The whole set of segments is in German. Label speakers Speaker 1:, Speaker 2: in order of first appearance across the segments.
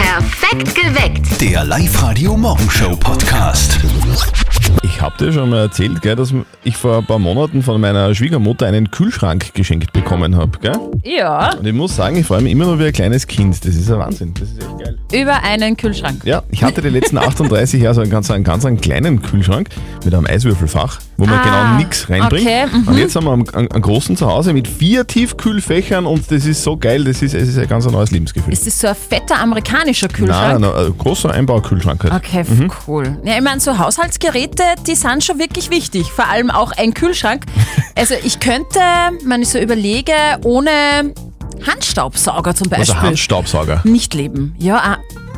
Speaker 1: Perfekt geweckt.
Speaker 2: Der Live-Radio Morgenshow Podcast.
Speaker 3: Ich habe dir schon mal erzählt, gell, dass ich vor ein paar Monaten von meiner Schwiegermutter einen Kühlschrank geschenkt bekommen habe. Gell?
Speaker 4: Ja,
Speaker 3: Und ich muss sagen, ich freue mich immer noch wie ein kleines Kind. Das ist ein Wahnsinn. Das ist echt geil.
Speaker 4: über einen Kühlschrank.
Speaker 3: Ja, ich hatte die letzten 38 Jahre so einen ganz, einen ganz einen kleinen Kühlschrank mit einem Eiswürfelfach, wo man
Speaker 4: Ah,
Speaker 3: genau nichts reinbringt.
Speaker 4: okay, mhm.
Speaker 3: Und jetzt haben wir einen, einen, einen großen zu Hause mit vier Tiefkühlfächern und das ist so geil. Das ist, es ist ein ganz ein neues Lebensgefühl.
Speaker 4: Ist das so ein fetter amerikanischer
Speaker 3: Nein,
Speaker 4: Kühlschrank?
Speaker 3: nein, ein großer Einbaukühlschrank halt.
Speaker 4: Okay, f- cool. Ja, ich meine, so Haushaltsgeräte, die sind schon wirklich wichtig. Vor allem auch ein Kühlschrank. Also ich könnte, wenn ich so überlege, ohne Handstaubsauger zum
Speaker 3: Also
Speaker 4: Beispiel
Speaker 3: Handstaubsauger.
Speaker 4: nicht leben. Ja, ah,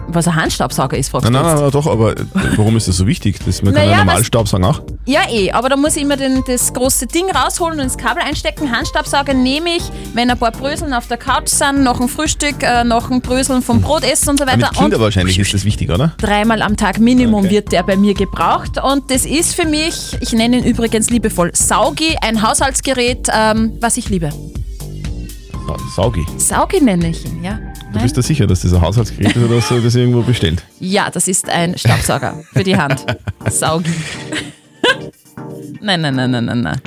Speaker 4: was ein Handstaubsauger ist, fragst
Speaker 3: Nein,
Speaker 4: du
Speaker 3: nein,
Speaker 4: jetzt?
Speaker 3: nein, nein, doch, aber warum ist das so wichtig? Das, man kann
Speaker 4: Naja,
Speaker 3: ja normal
Speaker 4: was-
Speaker 3: Staubsaugen auch.
Speaker 4: Ja, eh, aber da muss ich immer den, das große Ding rausholen und ins Kabel einstecken. Handstaubsauger nehme ich, wenn ein paar Bröseln auf der Couch sind, noch ein Frühstück, äh, noch ein Bröseln
Speaker 3: Hm.
Speaker 4: vom Brot essen und so weiter.
Speaker 3: Mit Kindern
Speaker 4: und
Speaker 3: wahrscheinlich ist das wichtig, oder?
Speaker 4: dreimal am Tag Minimum
Speaker 3: Okay.
Speaker 4: wird der bei mir gebraucht. Und das ist für mich, ich nenne ihn übrigens liebevoll Saugi, ein Haushaltsgerät, ähm, was ich liebe.
Speaker 3: Ah, Saugi.
Speaker 4: Saugi nenne ich ihn, ja.
Speaker 3: Du
Speaker 4: Nein?
Speaker 3: bist da sicher, dass das ein Haushaltsgerät ist oder so, das irgendwo bestellt?
Speaker 4: Ja, das ist ein Staubsauger für die Hand. Saugi. nein, nein, nein, nein, nein, nein.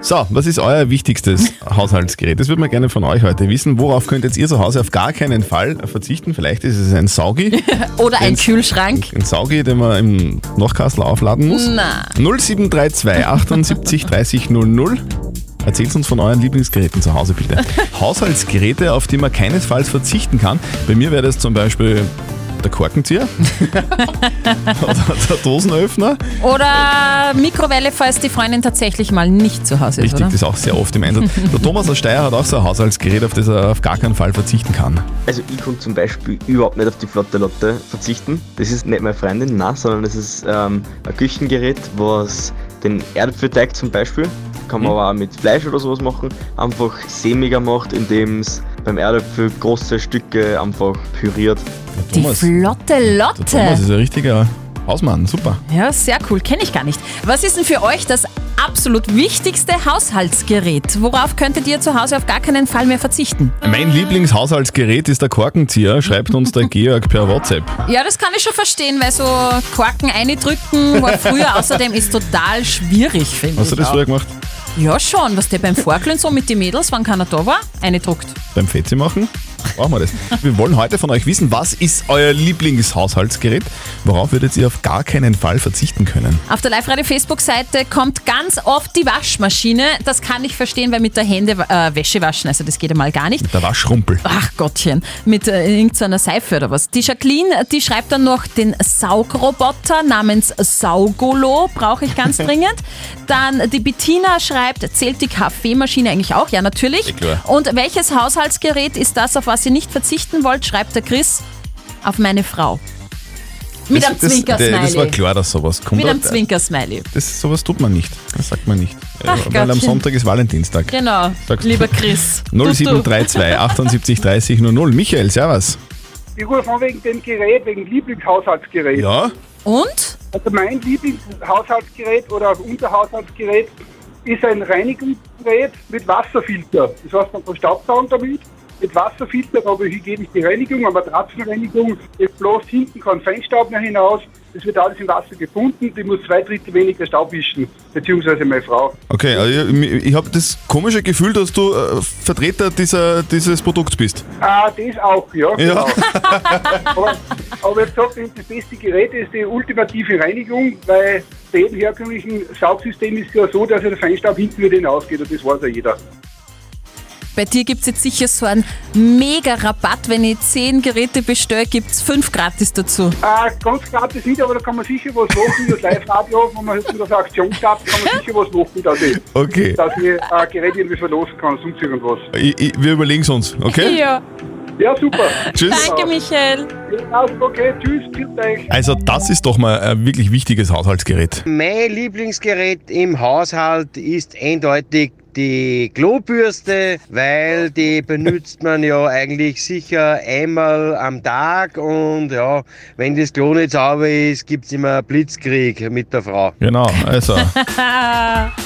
Speaker 3: So, was ist euer wichtigstes Haushaltsgerät? Das würde man gerne von euch heute wissen. Worauf könnt jetzt ihr zu Hause auf gar keinen Fall verzichten? Vielleicht ist es ein Saugi.
Speaker 4: Oder ein
Speaker 3: Wenn's-
Speaker 4: Kühlschrank.
Speaker 3: Ein Saugi, den man im Nachkastel aufladen muss.
Speaker 4: Na.
Speaker 3: 0732 78 30 00. Erzählt uns von euren Lieblingsgeräten zu Hause bitte. Haushaltsgeräte, auf die man keinesfalls verzichten kann. Bei mir wäre das zum Beispiel der Korkenzieher oder der Dosenöffner.
Speaker 4: Oder Mikrowelle, falls die Freundin tatsächlich mal nicht zu Hause ist,
Speaker 3: Richtig,
Speaker 4: oder?
Speaker 3: das ist auch sehr oft im Einsatz. Der Thomas aus Steyr hat auch so ein Haushaltsgerät, auf das er auf gar keinen Fall verzichten kann.
Speaker 5: Also ich konnte zum Beispiel überhaupt nicht auf die Flotte Lotte verzichten. Das ist nicht meine Freundin, nein, sondern das ist ähm, ein Küchengerät, was den Erdäpfelteig zum Beispiel, kann
Speaker 3: Mhm.
Speaker 5: man aber auch mit Fleisch oder sowas machen, einfach sämiger macht, indem es beim Erdäpfel große Stücke einfach püriert.
Speaker 3: Der
Speaker 4: Die
Speaker 3: Thomas, der
Speaker 4: flotte
Speaker 3: Thomas
Speaker 4: Lotte.
Speaker 3: ist ein richtiger Hausmann, super.
Speaker 4: Ja, sehr cool, kenne ich gar nicht. Was ist denn für euch das absolut wichtigste Haushaltsgerät? Worauf könntet ihr zu Hause auf gar keinen Fall mehr verzichten?
Speaker 3: Mein Lieblingshaushaltsgerät ist der Korkenzieher, schreibt uns der Georg per WhatsApp.
Speaker 4: Ja, das kann ich schon verstehen, weil so Korken eindrücken war früher außerdem ist total schwierig, finde
Speaker 3: Hast du
Speaker 4: ich.
Speaker 3: das
Speaker 4: auch.
Speaker 3: früher gemacht?
Speaker 4: Ja, schon, was der beim Vorglühen so mit den Mädels, wann keiner da war, eindruckt.
Speaker 3: Beim Fetzi machen? Brauchen wir das. Wir wollen heute von euch wissen, was ist euer Lieblingshaushaltsgerät? Worauf würdet ihr auf gar keinen Fall verzichten können?
Speaker 4: Auf der Live-Radio-Facebook-Seite kommt ganz oft die Waschmaschine. Das kann ich verstehen, weil mit der Hände äh, Wäsche waschen, also das geht einmal gar nicht.
Speaker 3: Der Waschrumpel.
Speaker 4: Ach Gottchen, mit äh, irgendeiner Seife oder was. Die Jacqueline, äh, die schreibt dann noch den Saugroboter namens Saugolo, brauche ich ganz dringend. Dann die Bettina schreibt, zählt die Kaffeemaschine eigentlich auch? Ja, natürlich.
Speaker 3: Eh klar.
Speaker 4: Und welches Haushaltsgerät ist das, auf was ihr nicht verzichten wollt, schreibt der Chris, auf meine Frau. Mit
Speaker 3: das,
Speaker 4: einem
Speaker 3: das,
Speaker 4: Zwinkersmiley.
Speaker 3: Das war klar, dass sowas kommt.
Speaker 4: mit einem
Speaker 3: Aber
Speaker 4: Zwinkersmiley.
Speaker 3: Das, sowas tut man nicht. Das sagt man nicht.
Speaker 4: Ach,
Speaker 3: Äh, Weil am
Speaker 4: Gottchen.
Speaker 3: Sonntag ist Valentinstag.
Speaker 4: Genau,
Speaker 3: Sagst du.
Speaker 4: lieber Chris. Du, du.
Speaker 3: 0732 78 30 00. Michael, servus.
Speaker 6: Ich rufe an wegen dem Gerät, wegen dem Lieblingshaushaltsgerät.
Speaker 3: Ja?
Speaker 4: Und?
Speaker 6: Also mein Lieblingshaushaltsgerät oder auch unser Haushaltsgerät ist ein Reinigungsgerät mit Wasserfilter. Das heißt, man kann Staubsaugen damit. Mit Wasserfilter habe ich hygienische Reinigung, eine Matratzenreinigung. Es bloß hinten kein Feinstaub mehr hinaus. Es wird alles im Wasser gebunden. Die muss zwei Drittel weniger Staub wischen, beziehungsweise meine Frau.
Speaker 3: Okay, also ich, ich habe das komische Gefühl, dass du äh, Vertreter dieser, dieses Produkts bist.
Speaker 6: Ah, das auch, ja.
Speaker 3: Ja.
Speaker 6: Genau. aber, aber ich sage, das beste Gerät ist die ultimative Reinigung, weil bei jedem herkömmlichen Saugsystem ist es ja so, dass ja der Feinstaub hinten wieder hinausgeht und das weiß ja jeder.
Speaker 4: Bei dir gibt es jetzt sicher so einen mega Rabatt. Wenn ich 10 Geräte bestelle, gibt es 5 gratis dazu.
Speaker 6: Äh, ganz gratis nicht, aber da kann man sicher was machen. Das Live-Radio, wenn man jetzt mit einer Aktion startet, kann man sicher was machen, dass ich,
Speaker 3: Okay.
Speaker 6: dass ich äh, Geräte irgendwie verlosen kann, sonst irgendwas.
Speaker 3: Ich, ich, wir überlegen es uns, okay?
Speaker 4: Ja.
Speaker 6: Ja, super.
Speaker 3: Tschüss.
Speaker 4: Danke, Michael.
Speaker 6: Ja, okay, tschüss, tschüss euch.
Speaker 3: Also das ist doch mal ein wirklich wichtiges Haushaltsgerät.
Speaker 7: Mein Lieblingsgerät im Haushalt ist eindeutig die Klobürste, weil die benutzt man ja eigentlich sicher einmal am Tag und ja, wenn das Klo nicht sauber ist, gibt es immer einen Blitzkrieg mit der Frau.
Speaker 3: Genau, also.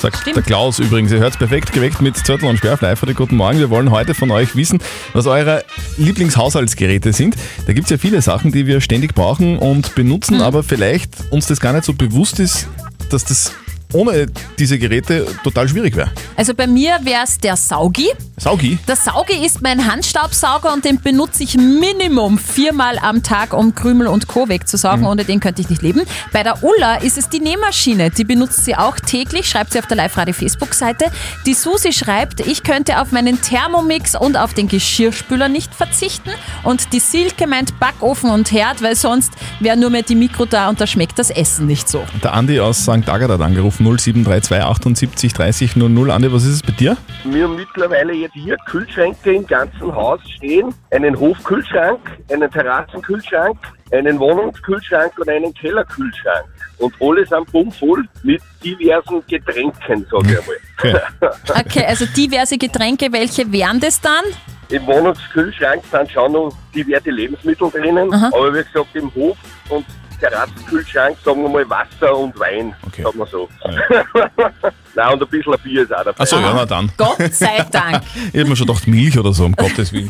Speaker 3: Sagt der Klaus übrigens, ihr hört perfekt geweckt mit Zürtel und Sperr auf live heute. Guten Morgen. Wir wollen heute von euch wissen, was eure Lieblingshaushaltsgeräte sind. Da gibt es ja viele viele Sachen, die wir ständig brauchen und benutzen,
Speaker 4: Mhm.
Speaker 3: aber vielleicht uns das gar nicht so bewusst ist, dass das ohne diese Geräte total schwierig wäre.
Speaker 4: Also bei mir wäre es der Saugi.
Speaker 3: Saugi,
Speaker 4: Der Saugi ist mein Handstaubsauger und den benutze ich Minimum viermal am Tag, um Krümel und Co. wegzusaugen. Ohne den könnte ich nicht leben. Bei der Ulla ist es die Nähmaschine. Die benutzt sie auch täglich, schreibt sie auf der Live-Radio-Facebook-Seite. Die Susi schreibt, ich könnte auf meinen Thermomix und auf den Geschirrspüler nicht verzichten. Und die Silke meint Backofen und Herd, weil sonst wäre nur mehr die Mikro da und da schmeckt das Essen nicht so.
Speaker 3: der Andi aus St. Agatha hat angerufen, 0732 78 30 00. Andi, was ist es bei dir?
Speaker 1: Wir haben mittlerweile jetzt hier Kühlschränke im ganzen Haus stehen. Einen Hofkühlschrank, einen Terrassenkühlschrank, einen Wohnungskühlschrank und einen Kellerkühlschrank. Und alle sind bummvoll mit diversen Getränken, sage ich einmal.
Speaker 3: Okay.
Speaker 4: Okay, also diverse Getränke, welche wären das dann?
Speaker 1: Im Wohnungskühlschrank sind schon noch diverse Lebensmittel drinnen.
Speaker 4: Aha.
Speaker 1: Aber wie gesagt, im Hof- und Terrassenkühlschrank sagen wir mal Wasser und Wein,
Speaker 3: Okay.
Speaker 1: sagen wir so. Nein, und ein bisschen ein Bier ist auch dabei.
Speaker 3: Achso, ja, na dann.
Speaker 4: Gott sei Dank.
Speaker 3: Ich hätte mir schon gedacht, Milch oder so, um Gottes Willen.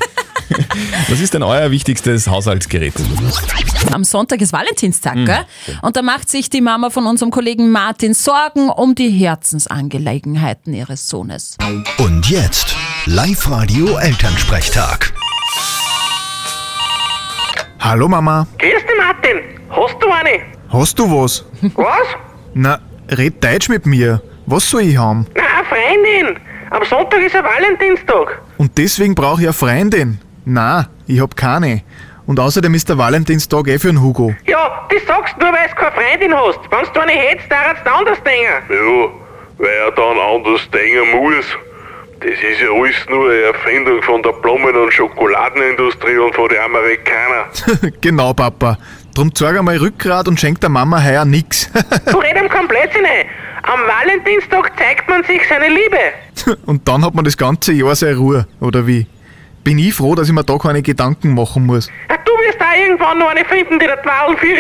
Speaker 3: Was ist denn euer wichtigstes Haushaltsgerät?
Speaker 4: Am Sonntag ist Valentinstag, gell? Und da macht sich die Mama von unserem Kollegen Martin Sorgen um die Herzensangelegenheiten ihres Sohnes.
Speaker 2: Und jetzt Live-Radio Elternsprechtag.
Speaker 8: Hallo Mama,
Speaker 9: Grüß dich, Martin. Hast du eine?
Speaker 8: hast du was?
Speaker 9: Was?
Speaker 8: Na, red Deutsch mit mir. Was soll ich haben?
Speaker 9: Nein, Ah, eine Freundin. Am Sonntag ist ja Valentinstag.
Speaker 8: Und deswegen brauche ich eine Freundin. Na, ich hab keine. Und außerdem ist der Valentinstag eh für den Hugo.
Speaker 9: Ja, das sagst du nur, weil du keine Freundin hast. Wenn du eine hättest, darfst du anders denken.
Speaker 10: Ja, weil er dann anders denken muss. Das ist ja alles nur eine Erfindung von der Blumen- und Schokoladenindustrie und von den Amerikanern.
Speaker 8: genau, Papa. Drum zeig einmal Rückgrat und schenk der Mama heuer nix.
Speaker 9: Du redest am Komplettsinn. Am Valentinstag zeigt man sich seine Liebe.
Speaker 8: und dann hat man das ganze Jahr seine Ruhe, oder wie? Bin ich froh, dass ich mir da keine Gedanken machen muss.
Speaker 9: Ja, Ah, Du wirst da irgendwann noch eine finden, die der Twal für dich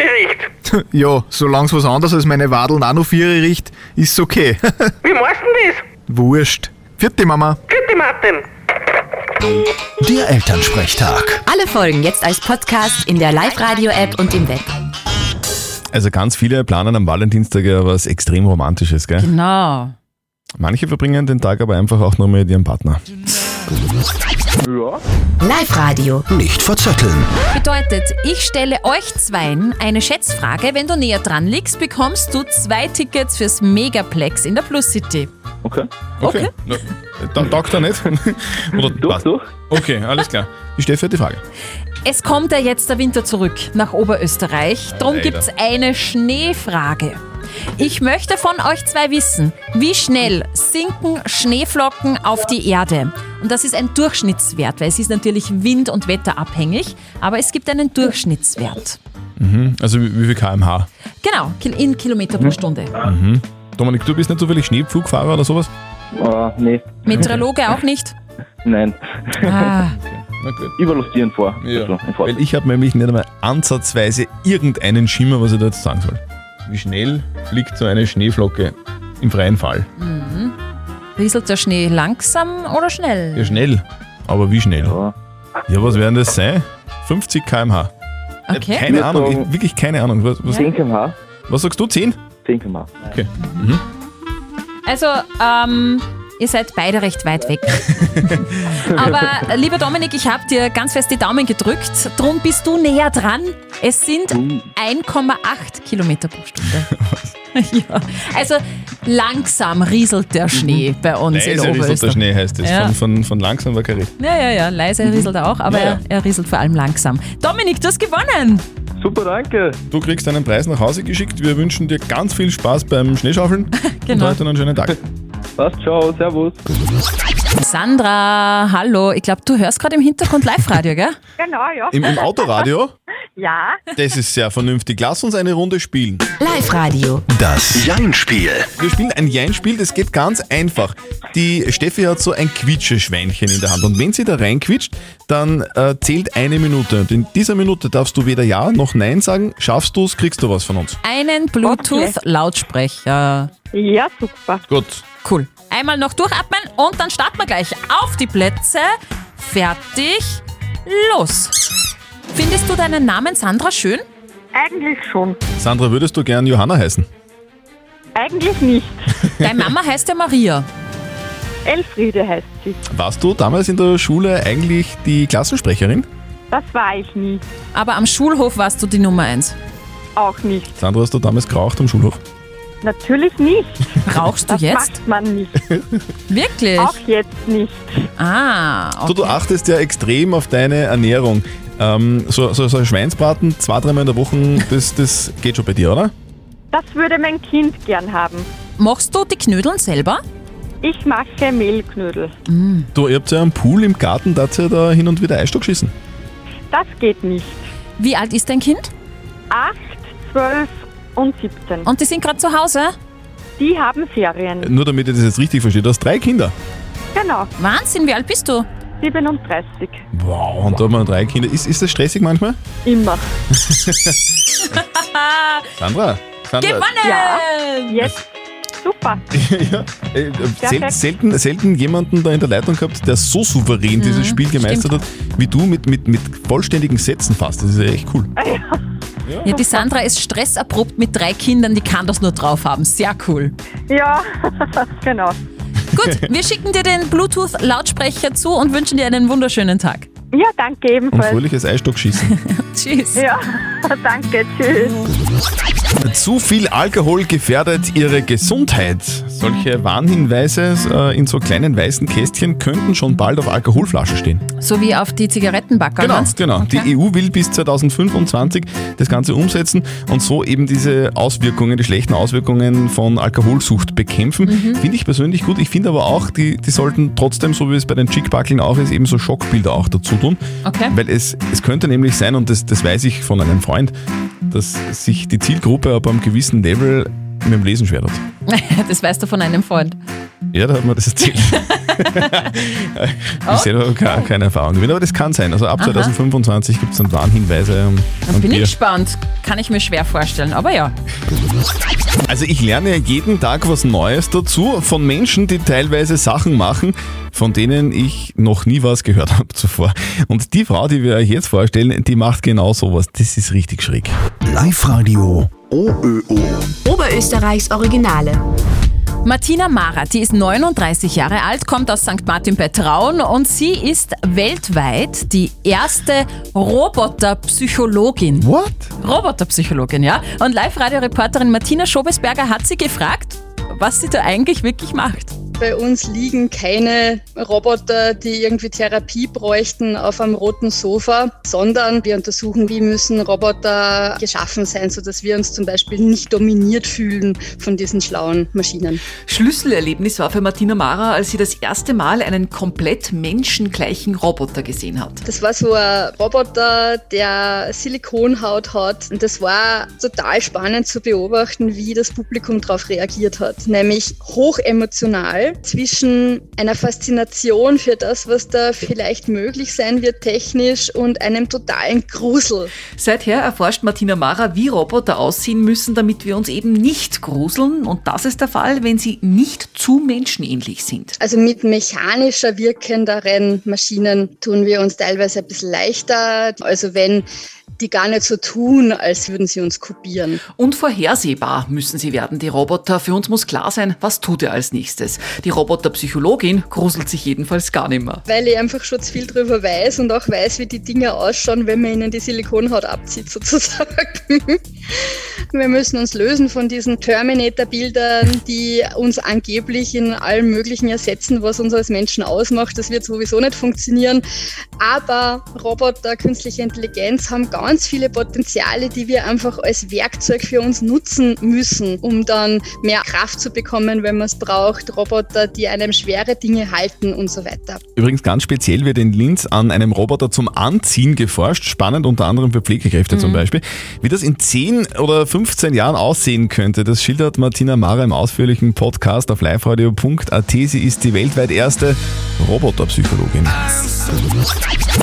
Speaker 9: riecht.
Speaker 8: ja, solang's was anderes als meine Wadeln auch noch vier riecht, ist's okay.
Speaker 9: Wie machst du denn das?
Speaker 8: Wurscht. Vierte Mama.
Speaker 9: Bitte, Martin.
Speaker 2: Der Elternsprechtag.
Speaker 11: Alle Folgen jetzt als Podcast in der Live-Radio-App und im Web.
Speaker 3: Also ganz viele planen am Valentinstag ja was extrem Romantisches, gell?
Speaker 4: Genau.
Speaker 3: Manche verbringen den Tag aber einfach auch nur mit ihrem Partner.
Speaker 11: Live-Radio.
Speaker 2: Nicht verzetteln.
Speaker 4: Bedeutet, ich stelle euch zweien eine Schätzfrage. Wenn du näher dran liegst, bekommst du zwei Tickets fürs Megaplex in der Plus City.
Speaker 5: Okay.
Speaker 4: Okay.
Speaker 3: Na, Dann taugt er nicht. Oder passt. Okay, alles klar. Ich stelle für die Frage.
Speaker 4: Es kommt ja jetzt der Winter zurück nach Oberösterreich. Darum
Speaker 3: leider.
Speaker 4: gibt es eine Schneefrage. Ich möchte von euch zwei wissen, wie schnell sinken Schneeflocken auf die Erde? Und das ist ein Durchschnittswert, weil es ist natürlich wind- und wetterabhängig, aber es gibt einen Durchschnittswert.
Speaker 3: Also wie wie viel kmh?
Speaker 4: Genau, kil- in Kilometer pro Stunde.
Speaker 3: Dominik, du bist nicht zufällig Schneepflugfahrer oder sowas?
Speaker 5: Ah, nee,
Speaker 4: Meteorologe auch nicht.
Speaker 5: nein.
Speaker 4: Ah,
Speaker 3: Na gut.
Speaker 5: Überlustieren vor. Also,
Speaker 3: Weil ich habe nämlich nicht einmal ansatzweise irgendeinen Schimmer, was ich da jetzt sagen soll. Wie schnell fliegt so eine Schneeflocke im freien Fall?
Speaker 4: rieselt der Schnee langsam oder
Speaker 3: Ja,
Speaker 4: schnell?
Speaker 3: schnell. Aber wie schnell? Ja, was werden das sein? 50 km/h.
Speaker 4: Okay.
Speaker 3: Keine Ahnung, ich, wirklich keine Ahnung. Was, was,
Speaker 5: 10 km/h.
Speaker 3: was sagst du? 10?
Speaker 5: 10 km/h.
Speaker 4: Also, ähm, ihr seid beide recht weit weg. Aber, lieber Dominik, ich habe dir ganz fest die Daumen gedrückt. Drum bist du näher dran. Es sind 1,8 Kilometer pro Stunde. ja. Also, langsam rieselt der Schnee bei uns in
Speaker 3: Mhm. Leise rieselt der
Speaker 4: Oberösterreich.
Speaker 3: Schnee heißt es.
Speaker 4: Ja.
Speaker 3: Von, von, von langsam war keine Rede.
Speaker 4: Ja, ja, ja, leise rieselt er auch, aber
Speaker 3: Mhm. Ja, ja.
Speaker 4: Er, er rieselt vor allem langsam. Dominik, du hast gewonnen!
Speaker 5: Super, danke.
Speaker 3: Du kriegst einen Preis nach Hause geschickt. Wir wünschen dir ganz viel Spaß beim Schneeschaufeln.
Speaker 4: Genau.
Speaker 3: Und heute noch einen schönen Tag.
Speaker 5: Was? Ciao, servus.
Speaker 4: Sandra, hallo. Ich glaube, du hörst gerade im Hintergrund Live-Radio, gell?
Speaker 9: Genau, ja.
Speaker 3: Im, Im Autoradio?
Speaker 9: Ja.
Speaker 3: Das ist sehr vernünftig. Lass uns eine Runde spielen.
Speaker 11: Live-Radio.
Speaker 2: Das Jein-Spiel.
Speaker 3: Wir spielen ein Jein-Spiel, das geht ganz einfach. Die Steffi hat so ein Quietscheschweinchen in der Hand und wenn sie da reinquitscht, dann äh, zählt eine Minute. Und in dieser Minute darfst du weder Ja noch Nein sagen. Schaffst du es, kriegst du was von uns.
Speaker 4: Einen Bluetooth-Lautsprecher.
Speaker 9: Ja, super.
Speaker 3: Gut.
Speaker 4: Cool. Einmal noch durchatmen und dann starten wir gleich auf die Plätze. Fertig. Los. Findest du deinen Namen Sandra schön?
Speaker 12: Eigentlich schon.
Speaker 3: Sandra, würdest du gern Johanna heißen?
Speaker 12: Eigentlich nicht.
Speaker 4: Deine Mama heißt ja Maria.
Speaker 12: Elfriede heißt sie.
Speaker 3: Warst du damals in der Schule eigentlich die Klassensprecherin?
Speaker 12: Das war ich nie.
Speaker 4: Aber am Schulhof warst du die Nummer eins.
Speaker 12: Auch nicht.
Speaker 3: Sandra, hast du damals geraucht am Schulhof?
Speaker 12: Natürlich nicht.
Speaker 4: Rauchst du
Speaker 12: das
Speaker 4: jetzt?
Speaker 12: macht man nicht.
Speaker 4: Wirklich?
Speaker 12: Auch jetzt nicht.
Speaker 4: Ah,
Speaker 3: Also Du, du achtest ja extrem auf deine Ernährung. Ähm, so, so, so ein Schweinsbraten zwei, dreimal in der Woche, das, das geht schon bei dir, oder?
Speaker 12: Das würde mein Kind gern haben.
Speaker 4: Machst du die Knödeln selber?
Speaker 12: Ich mache Mehlknödel.
Speaker 3: Du, ihr habt ja einen Pool im Garten, da hat ja da hin und wieder Eisstock geschissen.
Speaker 12: Das geht nicht.
Speaker 4: Wie alt ist dein Kind?
Speaker 12: Acht, zwölf und 17.
Speaker 4: Und die sind gerade zu Hause?
Speaker 12: Die haben Ferien.
Speaker 3: Nur damit ihr das jetzt richtig versteht, du hast drei Kinder.
Speaker 12: Genau.
Speaker 4: Wahnsinn, wie alt bist du?
Speaker 12: 37.
Speaker 3: Wow, und da haben wir drei Kinder. Ist, ist das stressig manchmal?
Speaker 12: Immer.
Speaker 3: Sandra? Sandra
Speaker 4: Gewonnen!
Speaker 12: Ja, jetzt. Super.
Speaker 3: ja, äh, sel
Speaker 12: Perfekt.
Speaker 3: selten, selten jemanden da in der Leitung gehabt, der so souverän dieses Spiel gemeistert hat, wie du mit, mit, mit vollständigen Sätzen fast. Das ist ja echt cool.
Speaker 4: Ja, die Sandra ist stresserprobt mit drei Kindern, die kann das nur drauf haben. Sehr cool.
Speaker 12: Ja, genau.
Speaker 4: Gut, wir schicken dir den Bluetooth-Lautsprecher zu und wünschen dir einen wunderschönen Tag.
Speaker 12: Ja, danke
Speaker 3: Und
Speaker 12: ebenfalls.
Speaker 3: fröhliches Eisstockschießen.
Speaker 4: Tschüss.
Speaker 12: Ja, danke. Tschüss.
Speaker 3: Zu viel Alkohol gefährdet ihre Gesundheit. Solche Warnhinweise äh, in so kleinen weißen Kästchen könnten schon bald auf Alkoholflaschen stehen.
Speaker 4: So wie auf die Zigarettenbacker.
Speaker 3: Genau,
Speaker 4: meinst du?
Speaker 3: genau.
Speaker 4: ne? Okay.
Speaker 3: Die EU will bis 2025 das Ganze umsetzen und so eben diese Auswirkungen, die schlechten Auswirkungen von Alkoholsucht bekämpfen.
Speaker 4: Mhm.
Speaker 3: Finde ich persönlich gut. Ich finde aber auch, die, die sollten trotzdem, so wie es bei den Chickbackeln auch ist, eben so Schockbilder auch dazu tun.
Speaker 4: Okay.
Speaker 3: Weil es, es könnte nämlich sein, und das, das weiß ich von einem Freund, dass sich die Zielgruppe ab einem gewissen Level mit dem Lesen schwer tut.
Speaker 4: Das weißt du von einem Freund.
Speaker 3: Ja, da hat man das erzählt. ich selber habe keine, keine Erfahrung damit, aber das kann sein. Also ab
Speaker 4: Aha.
Speaker 3: 2025 gibt es dann Warnhinweise. Und,
Speaker 4: Dann bin ich gespannt. Kann ich mir schwer vorstellen, aber ja.
Speaker 3: Also ich lerne jeden Tag was Neues dazu von Menschen, die teilweise Sachen machen, von denen ich noch nie was gehört habe zuvor. Und die Frau, die wir euch jetzt vorstellen, die macht genau sowas. Das ist richtig schräg.
Speaker 2: Live-Radio OÖO.
Speaker 11: Oberösterreichs Originale.
Speaker 4: Martina Mara, die ist 39 Jahre alt, kommt aus St. Martin bei Traun und sie ist weltweit die erste Roboterpsychologin.
Speaker 3: What?
Speaker 4: Roboterpsychologin, ja. Und Live-Radio-Reporterin Martina Schobesberger hat sie gefragt, was sie da eigentlich wirklich macht.
Speaker 13: Bei uns liegen keine Roboter, die irgendwie Therapie bräuchten auf einem roten Sofa, sondern wir untersuchen, wie müssen Roboter geschaffen sein, sodass wir uns zum Beispiel nicht dominiert fühlen von diesen schlauen Maschinen.
Speaker 14: Schlüsselerlebnis war für Martina Mara, als sie das erste Mal einen komplett menschengleichen Roboter gesehen hat.
Speaker 13: Das war so ein Roboter, der Silikonhaut hat. Und das war total spannend zu beobachten, wie das Publikum darauf reagiert hat. Nämlich hochemotional zwischen einer Faszination für das, was da vielleicht möglich sein wird technisch und einem totalen Grusel.
Speaker 14: Seither erforscht Martina Mara, wie Roboter aussehen müssen, damit wir uns eben nicht gruseln. Und das ist der Fall, wenn sie nicht zu menschenähnlich sind.
Speaker 13: Also mit mechanischer wirkenderen Maschinen tun wir uns teilweise ein bisschen leichter. Also wenn die gar nicht so tun, als würden sie uns kopieren.
Speaker 14: Und vorhersehbar müssen sie werden, die Roboter. Für uns muss klar sein, was tut er als nächstes. Die Roboterpsychologin gruselt sich jedenfalls gar nicht mehr.
Speaker 13: Weil ich einfach schon zu viel drüber weiß und auch weiß, wie die Dinge ausschauen, wenn man ihnen die Silikonhaut abzieht, sozusagen. Wir müssen uns lösen von diesen Terminator-Bildern, die uns angeblich in allem Möglichen ersetzen, was uns als Menschen ausmacht. Das wird sowieso nicht funktionieren. Aber Roboter, künstliche Intelligenz haben ganz viele Potenziale, die wir einfach als Werkzeug für uns nutzen müssen, um dann mehr Kraft zu bekommen, wenn man es braucht. Roboter, die einem schwere Dinge halten und so weiter.
Speaker 3: Übrigens ganz speziell wird in Linz an einem Roboter zum Anziehen geforscht. Spannend unter anderem für Pflegekräfte zum Beispiel. Wie das in 10 oder 15 Jahren aussehen könnte, das schildert Martina Mara im ausführlichen Podcast auf liveradio.at. Sie ist die weltweit erste Roboterpsychologin.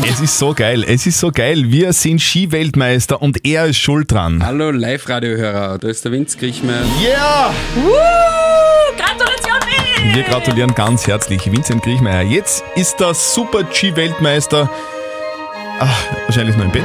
Speaker 3: Es ist so geil, es ist so geil. Wir sind Skiweltmeister und er ist schuld dran.
Speaker 15: Hallo Live-Radio-Hörer, da ist der Vince Griechmeier.
Speaker 3: Yeah!
Speaker 4: Woo! Gratulation, Willi!
Speaker 3: Wir gratulieren ganz herzlich Vincent Griechmeier. Jetzt ist er Super-G-Weltmeister Ah, wahrscheinlich noch im Bett,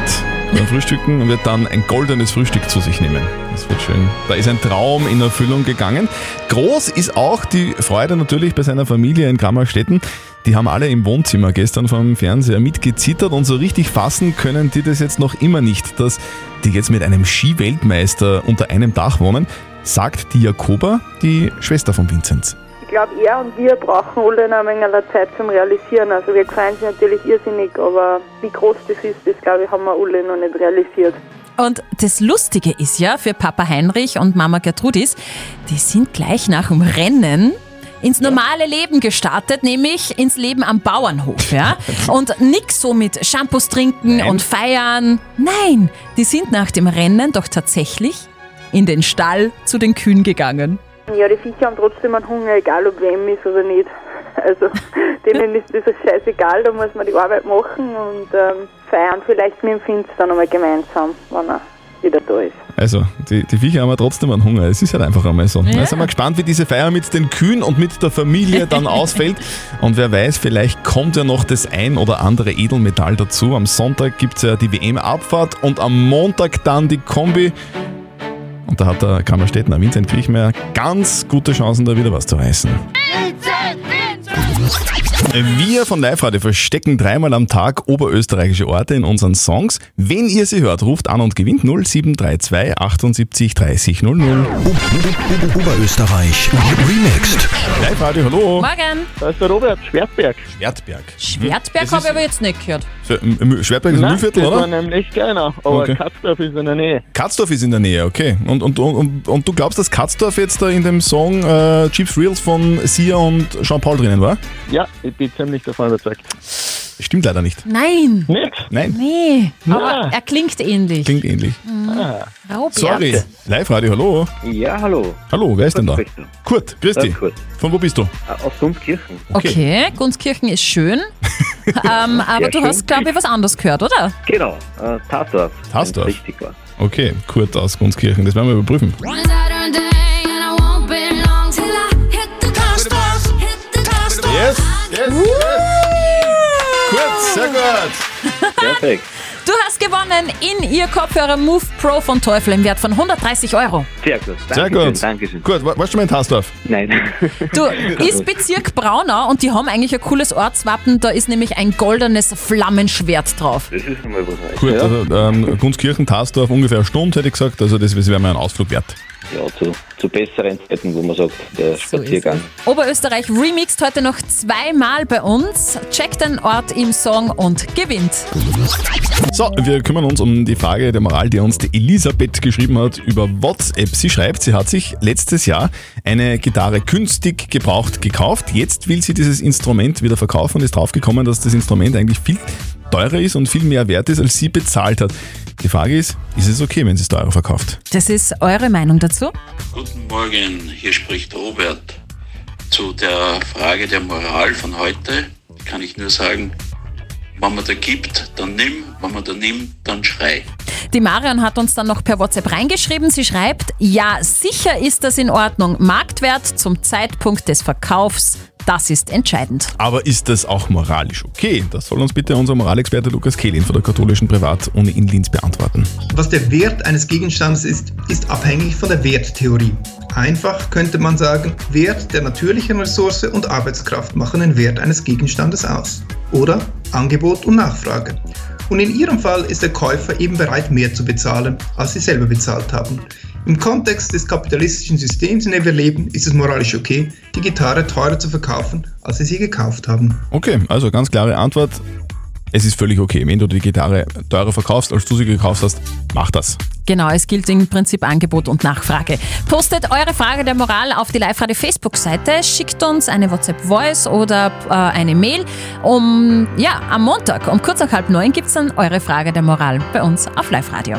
Speaker 3: beim Frühstücken und wird dann ein goldenes Frühstück zu sich nehmen. Das wird schön. Da ist ein Traum in Erfüllung gegangen. Groß ist auch die Freude natürlich bei seiner Familie in Kammerstetten. Die haben alle im Wohnzimmer gestern vom Fernseher mitgezittert und so richtig fassen können die das jetzt noch immer nicht, dass die jetzt mit einem Skiweltmeister unter einem Dach wohnen, sagt die Jakoba, die Schwester von Vinzenz.
Speaker 12: Ich glaube, er und wir brauchen alle noch ein wenig aller Zeit zum Realisieren. Also wir gefallen sich natürlich irrsinnig, aber wie groß das ist, das glaube ich, haben wir alle noch nicht realisiert.
Speaker 4: Und das Lustige ist ja für Papa Heinrich und Mama Gertrudis, die sind gleich nach dem Rennen ins normale Leben gestartet, nämlich ins Leben am Bauernhof. Ja? Und nix so mit Shampoos trinken und feiern. Nein, die sind nach dem Rennen doch tatsächlich in den Stall zu den Kühen gegangen.
Speaker 12: Ja, die Viecher haben trotzdem einen Hunger, egal ob wem ist oder nicht. Also denen ist das scheißegal, da muss man die Arbeit machen und ähm, feiern vielleicht mit dem Finz dann einmal gemeinsam, wenn er wieder da ist.
Speaker 3: Also, die, die Viecher haben ja trotzdem einen Hunger. Es ist halt einfach einmal so.
Speaker 12: Ja.
Speaker 3: Ja. Sind wir gespannt, wie diese Feier mit den Kühen und mit der Familie dann ausfällt. Und wer weiß, vielleicht kommt ja noch das ein oder andere Edelmetall dazu. Am Sonntag gibt es ja die WM-Abfahrt und am Montag dann die Kombi. Und da hat der Kammerstädtner Vincent Griechmeier ganz gute Chancen, da wieder was zu reißen. Wir von Live Radio verstecken dreimal am Tag oberösterreichische Orte in unseren Songs. Wenn ihr sie hört, ruft an und gewinnt 0732 78 30 00. Oberösterreich Remixed. Live Radio, hallo.
Speaker 4: Morgen.
Speaker 3: Da ist der Robert Schwertberg. Schwertberg. Hm,
Speaker 4: Schwertberg
Speaker 3: Das
Speaker 4: habe ich
Speaker 3: ist-
Speaker 4: aber jetzt nicht gehört.
Speaker 3: Schwer- M- Schwertberg ist ein
Speaker 16: Nein,
Speaker 3: Mühlviertel,
Speaker 16: das
Speaker 3: oder?
Speaker 16: war nämlich kleiner, aber
Speaker 3: Okay.
Speaker 16: Katzdorf ist in der Nähe.
Speaker 3: Katzdorf ist in der Nähe, okay. Und, und, und, und, und du glaubst, dass Katzdorf jetzt da in dem Song äh, Chips Reels von Sia und Jean-Paul drinnen war?
Speaker 16: Ja, ich bin ziemlich davon überzeugt.
Speaker 3: Stimmt leider nicht.
Speaker 4: Nein.
Speaker 16: Nicht?
Speaker 3: Nein.
Speaker 4: Nee, aber
Speaker 3: Na.
Speaker 4: er klingt ähnlich.
Speaker 3: Klingt ähnlich.
Speaker 4: Mhm. Robert.
Speaker 3: Sorry. Live-Radio, hallo.
Speaker 17: Ja, hallo.
Speaker 3: Hallo, wer ist denn da?
Speaker 17: Kurt spricht
Speaker 3: Kurt, grüß
Speaker 17: Ja,
Speaker 3: dich.
Speaker 17: Kurt.
Speaker 3: Von wo bist du?
Speaker 17: Aus Dumpfkirchen.
Speaker 4: Okay, Gunskirchen ist schön, ähm, aber
Speaker 17: Sehr
Speaker 4: du
Speaker 17: schön.
Speaker 4: hast, glaube ich, was anderes gehört, oder?
Speaker 17: Genau, äh, Tarsdorf.
Speaker 3: Tarsdorf.
Speaker 17: wenn's Richtig war.
Speaker 3: Okay, Kurt aus Gunskirchen, das werden wir überprüfen. Yes, yes, Kurt, sehr gut.
Speaker 17: Perfekt.
Speaker 4: Du hast gewonnen in ihr Kopfhörer Move Pro von Teufel im Wert von 130 Euro.
Speaker 17: Sehr gut.
Speaker 3: Sehr
Speaker 17: Dankeschön,
Speaker 3: gut.
Speaker 17: Dankeschön.
Speaker 3: Gut, wa- warst du mal in Tarsdorf?
Speaker 17: Nein.
Speaker 4: Du, ist Bezirk Braunau und die haben eigentlich ein cooles Ortswappen, da ist nämlich ein goldenes Flammenschwert drauf.
Speaker 17: Das ist einmal was Neues.
Speaker 3: Gut,
Speaker 17: ja.
Speaker 3: also ähm, Gunskirchen, Tarsdorf, ungefähr eine Stunde, hätte ich gesagt. Also das wäre mir ein Ausflug wert.
Speaker 17: ja zu, zu besseren Zeiten, wo man sagt, äh, der Spaziergang.
Speaker 4: Oberösterreich remixt heute noch zweimal bei uns. Checkt den Ort im Song und gewinnt.
Speaker 3: So, wir kümmern uns um die Frage der Moral, die uns die Elisabeth geschrieben hat über WhatsApp. Sie schreibt, sie hat sich letztes Jahr eine Gitarre günstig gebraucht gekauft. Jetzt will sie dieses Instrument wieder verkaufen und ist draufgekommen, dass das Instrument eigentlich viel teurer ist und viel mehr wert ist, als sie bezahlt hat. Die Frage ist, ist es okay, wenn sie es teurer verkauft?
Speaker 4: Das ist eure Meinung dazu?
Speaker 18: Guten Morgen, hier spricht Robert. Zu der Frage der Moral von heute kann ich nur sagen, wenn man da gibt, dann nimm, wenn man da nimmt, dann schrei.
Speaker 4: Die Marion hat uns dann noch per WhatsApp reingeschrieben. Sie schreibt, ja, sicher ist das in Ordnung. Marktwert zum Zeitpunkt des Verkaufs, das ist entscheidend.
Speaker 3: Aber ist das auch moralisch okay? Das soll uns bitte unser Moralexperte Lukas Kehlin von der katholischen Privatuni in Linz beantworten.
Speaker 19: Was der Wert eines Gegenstandes ist, ist abhängig von der Werttheorie. Einfach könnte man sagen, Wert der natürlichen Ressource und Arbeitskraft machen den Wert eines Gegenstandes aus. Oder Angebot und Nachfrage. Und in ihrem Fall ist der Käufer eben bereit, mehr zu bezahlen, als sie selber bezahlt haben. Im Kontext des kapitalistischen Systems, in dem wir leben, ist es moralisch okay, die Gitarre teurer zu verkaufen, als sie sie gekauft haben.
Speaker 3: Okay, also ganz klare Antwort. Es ist völlig okay, wenn du die Gitarre teurer verkaufst, als du sie gekauft hast, mach das.
Speaker 4: Genau, es gilt im Prinzip Angebot und Nachfrage. Postet eure Frage der Moral auf die Live-Radio Facebook-Seite, schickt uns eine WhatsApp-Voice oder äh, eine Mail. Um, ja, am Montag um kurz nach halb neun gibt es dann eure Frage der Moral bei uns auf Live-Radio.